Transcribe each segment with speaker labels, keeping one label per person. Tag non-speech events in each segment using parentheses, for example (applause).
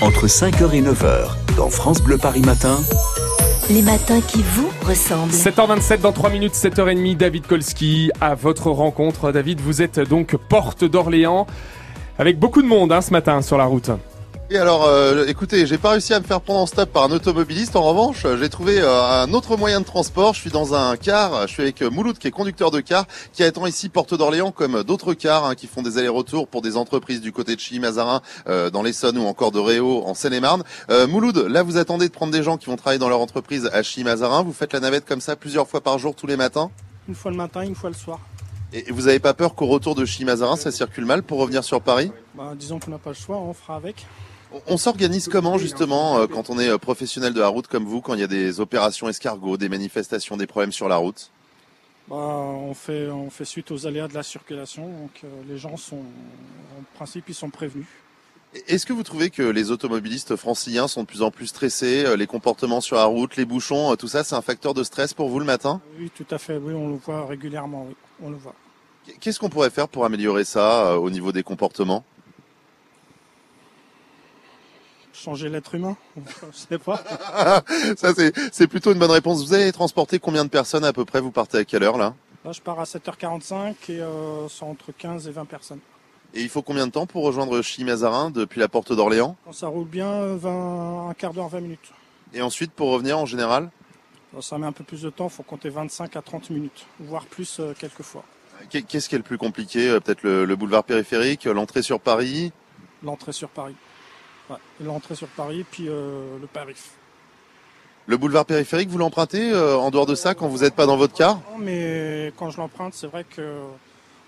Speaker 1: entre 5h et 9h dans France Bleu Paris Matin.
Speaker 2: Les matins qui vous ressemblent.
Speaker 3: 7h27 dans 3 minutes, 7h30, David Kolski à votre rencontre. David, vous êtes donc porte d'Orléans avec beaucoup de monde hein, ce matin sur la route.
Speaker 4: Et alors, euh, écoutez, j'ai pas réussi à me faire prendre en stop par un automobiliste. En revanche, j'ai trouvé euh, un autre moyen de transport. Je suis dans un car. Je suis avec euh, Mouloud, qui est conducteur de car, qui attend ici Porte d'Orléans, comme d'autres cars hein, qui font des allers-retours pour des entreprises du côté de Chilly-Mazarin, dans l'Essonne ou encore de Réau, en Seine-et-Marne. Euh, Mouloud, là, vous attendez de prendre des gens qui vont travailler dans leur entreprise à Chilly-Mazarin. Vous faites la navette comme ça plusieurs fois par jour, tous les matins.
Speaker 5: Une fois le matin, une fois le soir.
Speaker 4: Et vous avez pas peur qu'au retour de Chilly-Mazarin, ça circule mal pour revenir sur Paris
Speaker 5: Bah, disons qu'on n'a pas le choix, on fera avec.
Speaker 4: On s'organise comment justement euh, quand on est euh, professionnel de la route comme vous, quand il y a des opérations escargots, des manifestations, des problèmes sur la route
Speaker 5: Bah, on fait, on fait suite aux aléas de la circulation, donc euh, les gens sont, en principe, ils sont prévenus.
Speaker 4: Est-ce que vous trouvez que les automobilistes franciliens sont de plus en plus stressés euh, Les comportements sur la route, les bouchons, euh, tout ça, c'est un facteur de stress pour vous le matin
Speaker 5: Oui, tout à fait, oui, on le voit régulièrement, oui, on le voit.
Speaker 4: Qu'est-ce qu'on pourrait faire pour améliorer ça euh, au niveau des comportements (laughs)
Speaker 5: Changer l'être humain, (laughs) je sais pas.
Speaker 4: Ça, c'est c'est plutôt une bonne réponse. Vous allez transporter combien de personnes à peu près Vous partez à quelle heure là
Speaker 5: Là, je pars à 7h45 et euh, c'est entre 15 et 20 personnes.
Speaker 4: Et il faut combien de temps pour rejoindre Chimazarin depuis la porte d'Orléans
Speaker 5: Quand ça roule bien, 20, un quart d'heure, 20 minutes.
Speaker 4: Et ensuite pour revenir en général
Speaker 5: Bon, Ça met un peu plus de temps, faut compter 25 à 30 minutes, voire plus euh, quelquefois.
Speaker 4: Qu'est- Qu'est-ce qui est le plus compliqué Euh, Peut-être le, le boulevard périphérique, euh, l'entrée sur Paris
Speaker 5: L'entrée sur Paris. Ouais, l'entrée sur Paris, puis euh, le Paris.
Speaker 4: Le boulevard périphérique, vous l'empruntez euh, en dehors de ça quand vous n'êtes pas dans votre car
Speaker 5: Non, mais quand je l'emprunte, c'est vrai que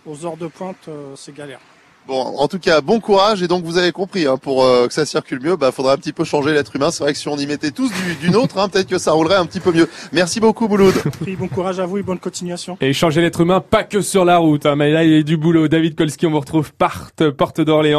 Speaker 5: aux heures de pointe, euh, c'est galère.
Speaker 4: Bon, en tout cas, bon courage. Et donc, vous avez compris, hein, pour euh, que ça circule mieux, bah, faudra un petit peu changer l'être humain. C'est vrai que si on y mettait tous du, d'une autre, hein, peut-être que ça roulerait un petit peu mieux. Merci beaucoup, Mouloud.
Speaker 5: Puis bon courage à vous et bonne continuation.
Speaker 3: Et changer l'être humain, pas que sur la route, hein, mais là il y a du boulot. David Kolski, on vous retrouve part, porte d'Orléans.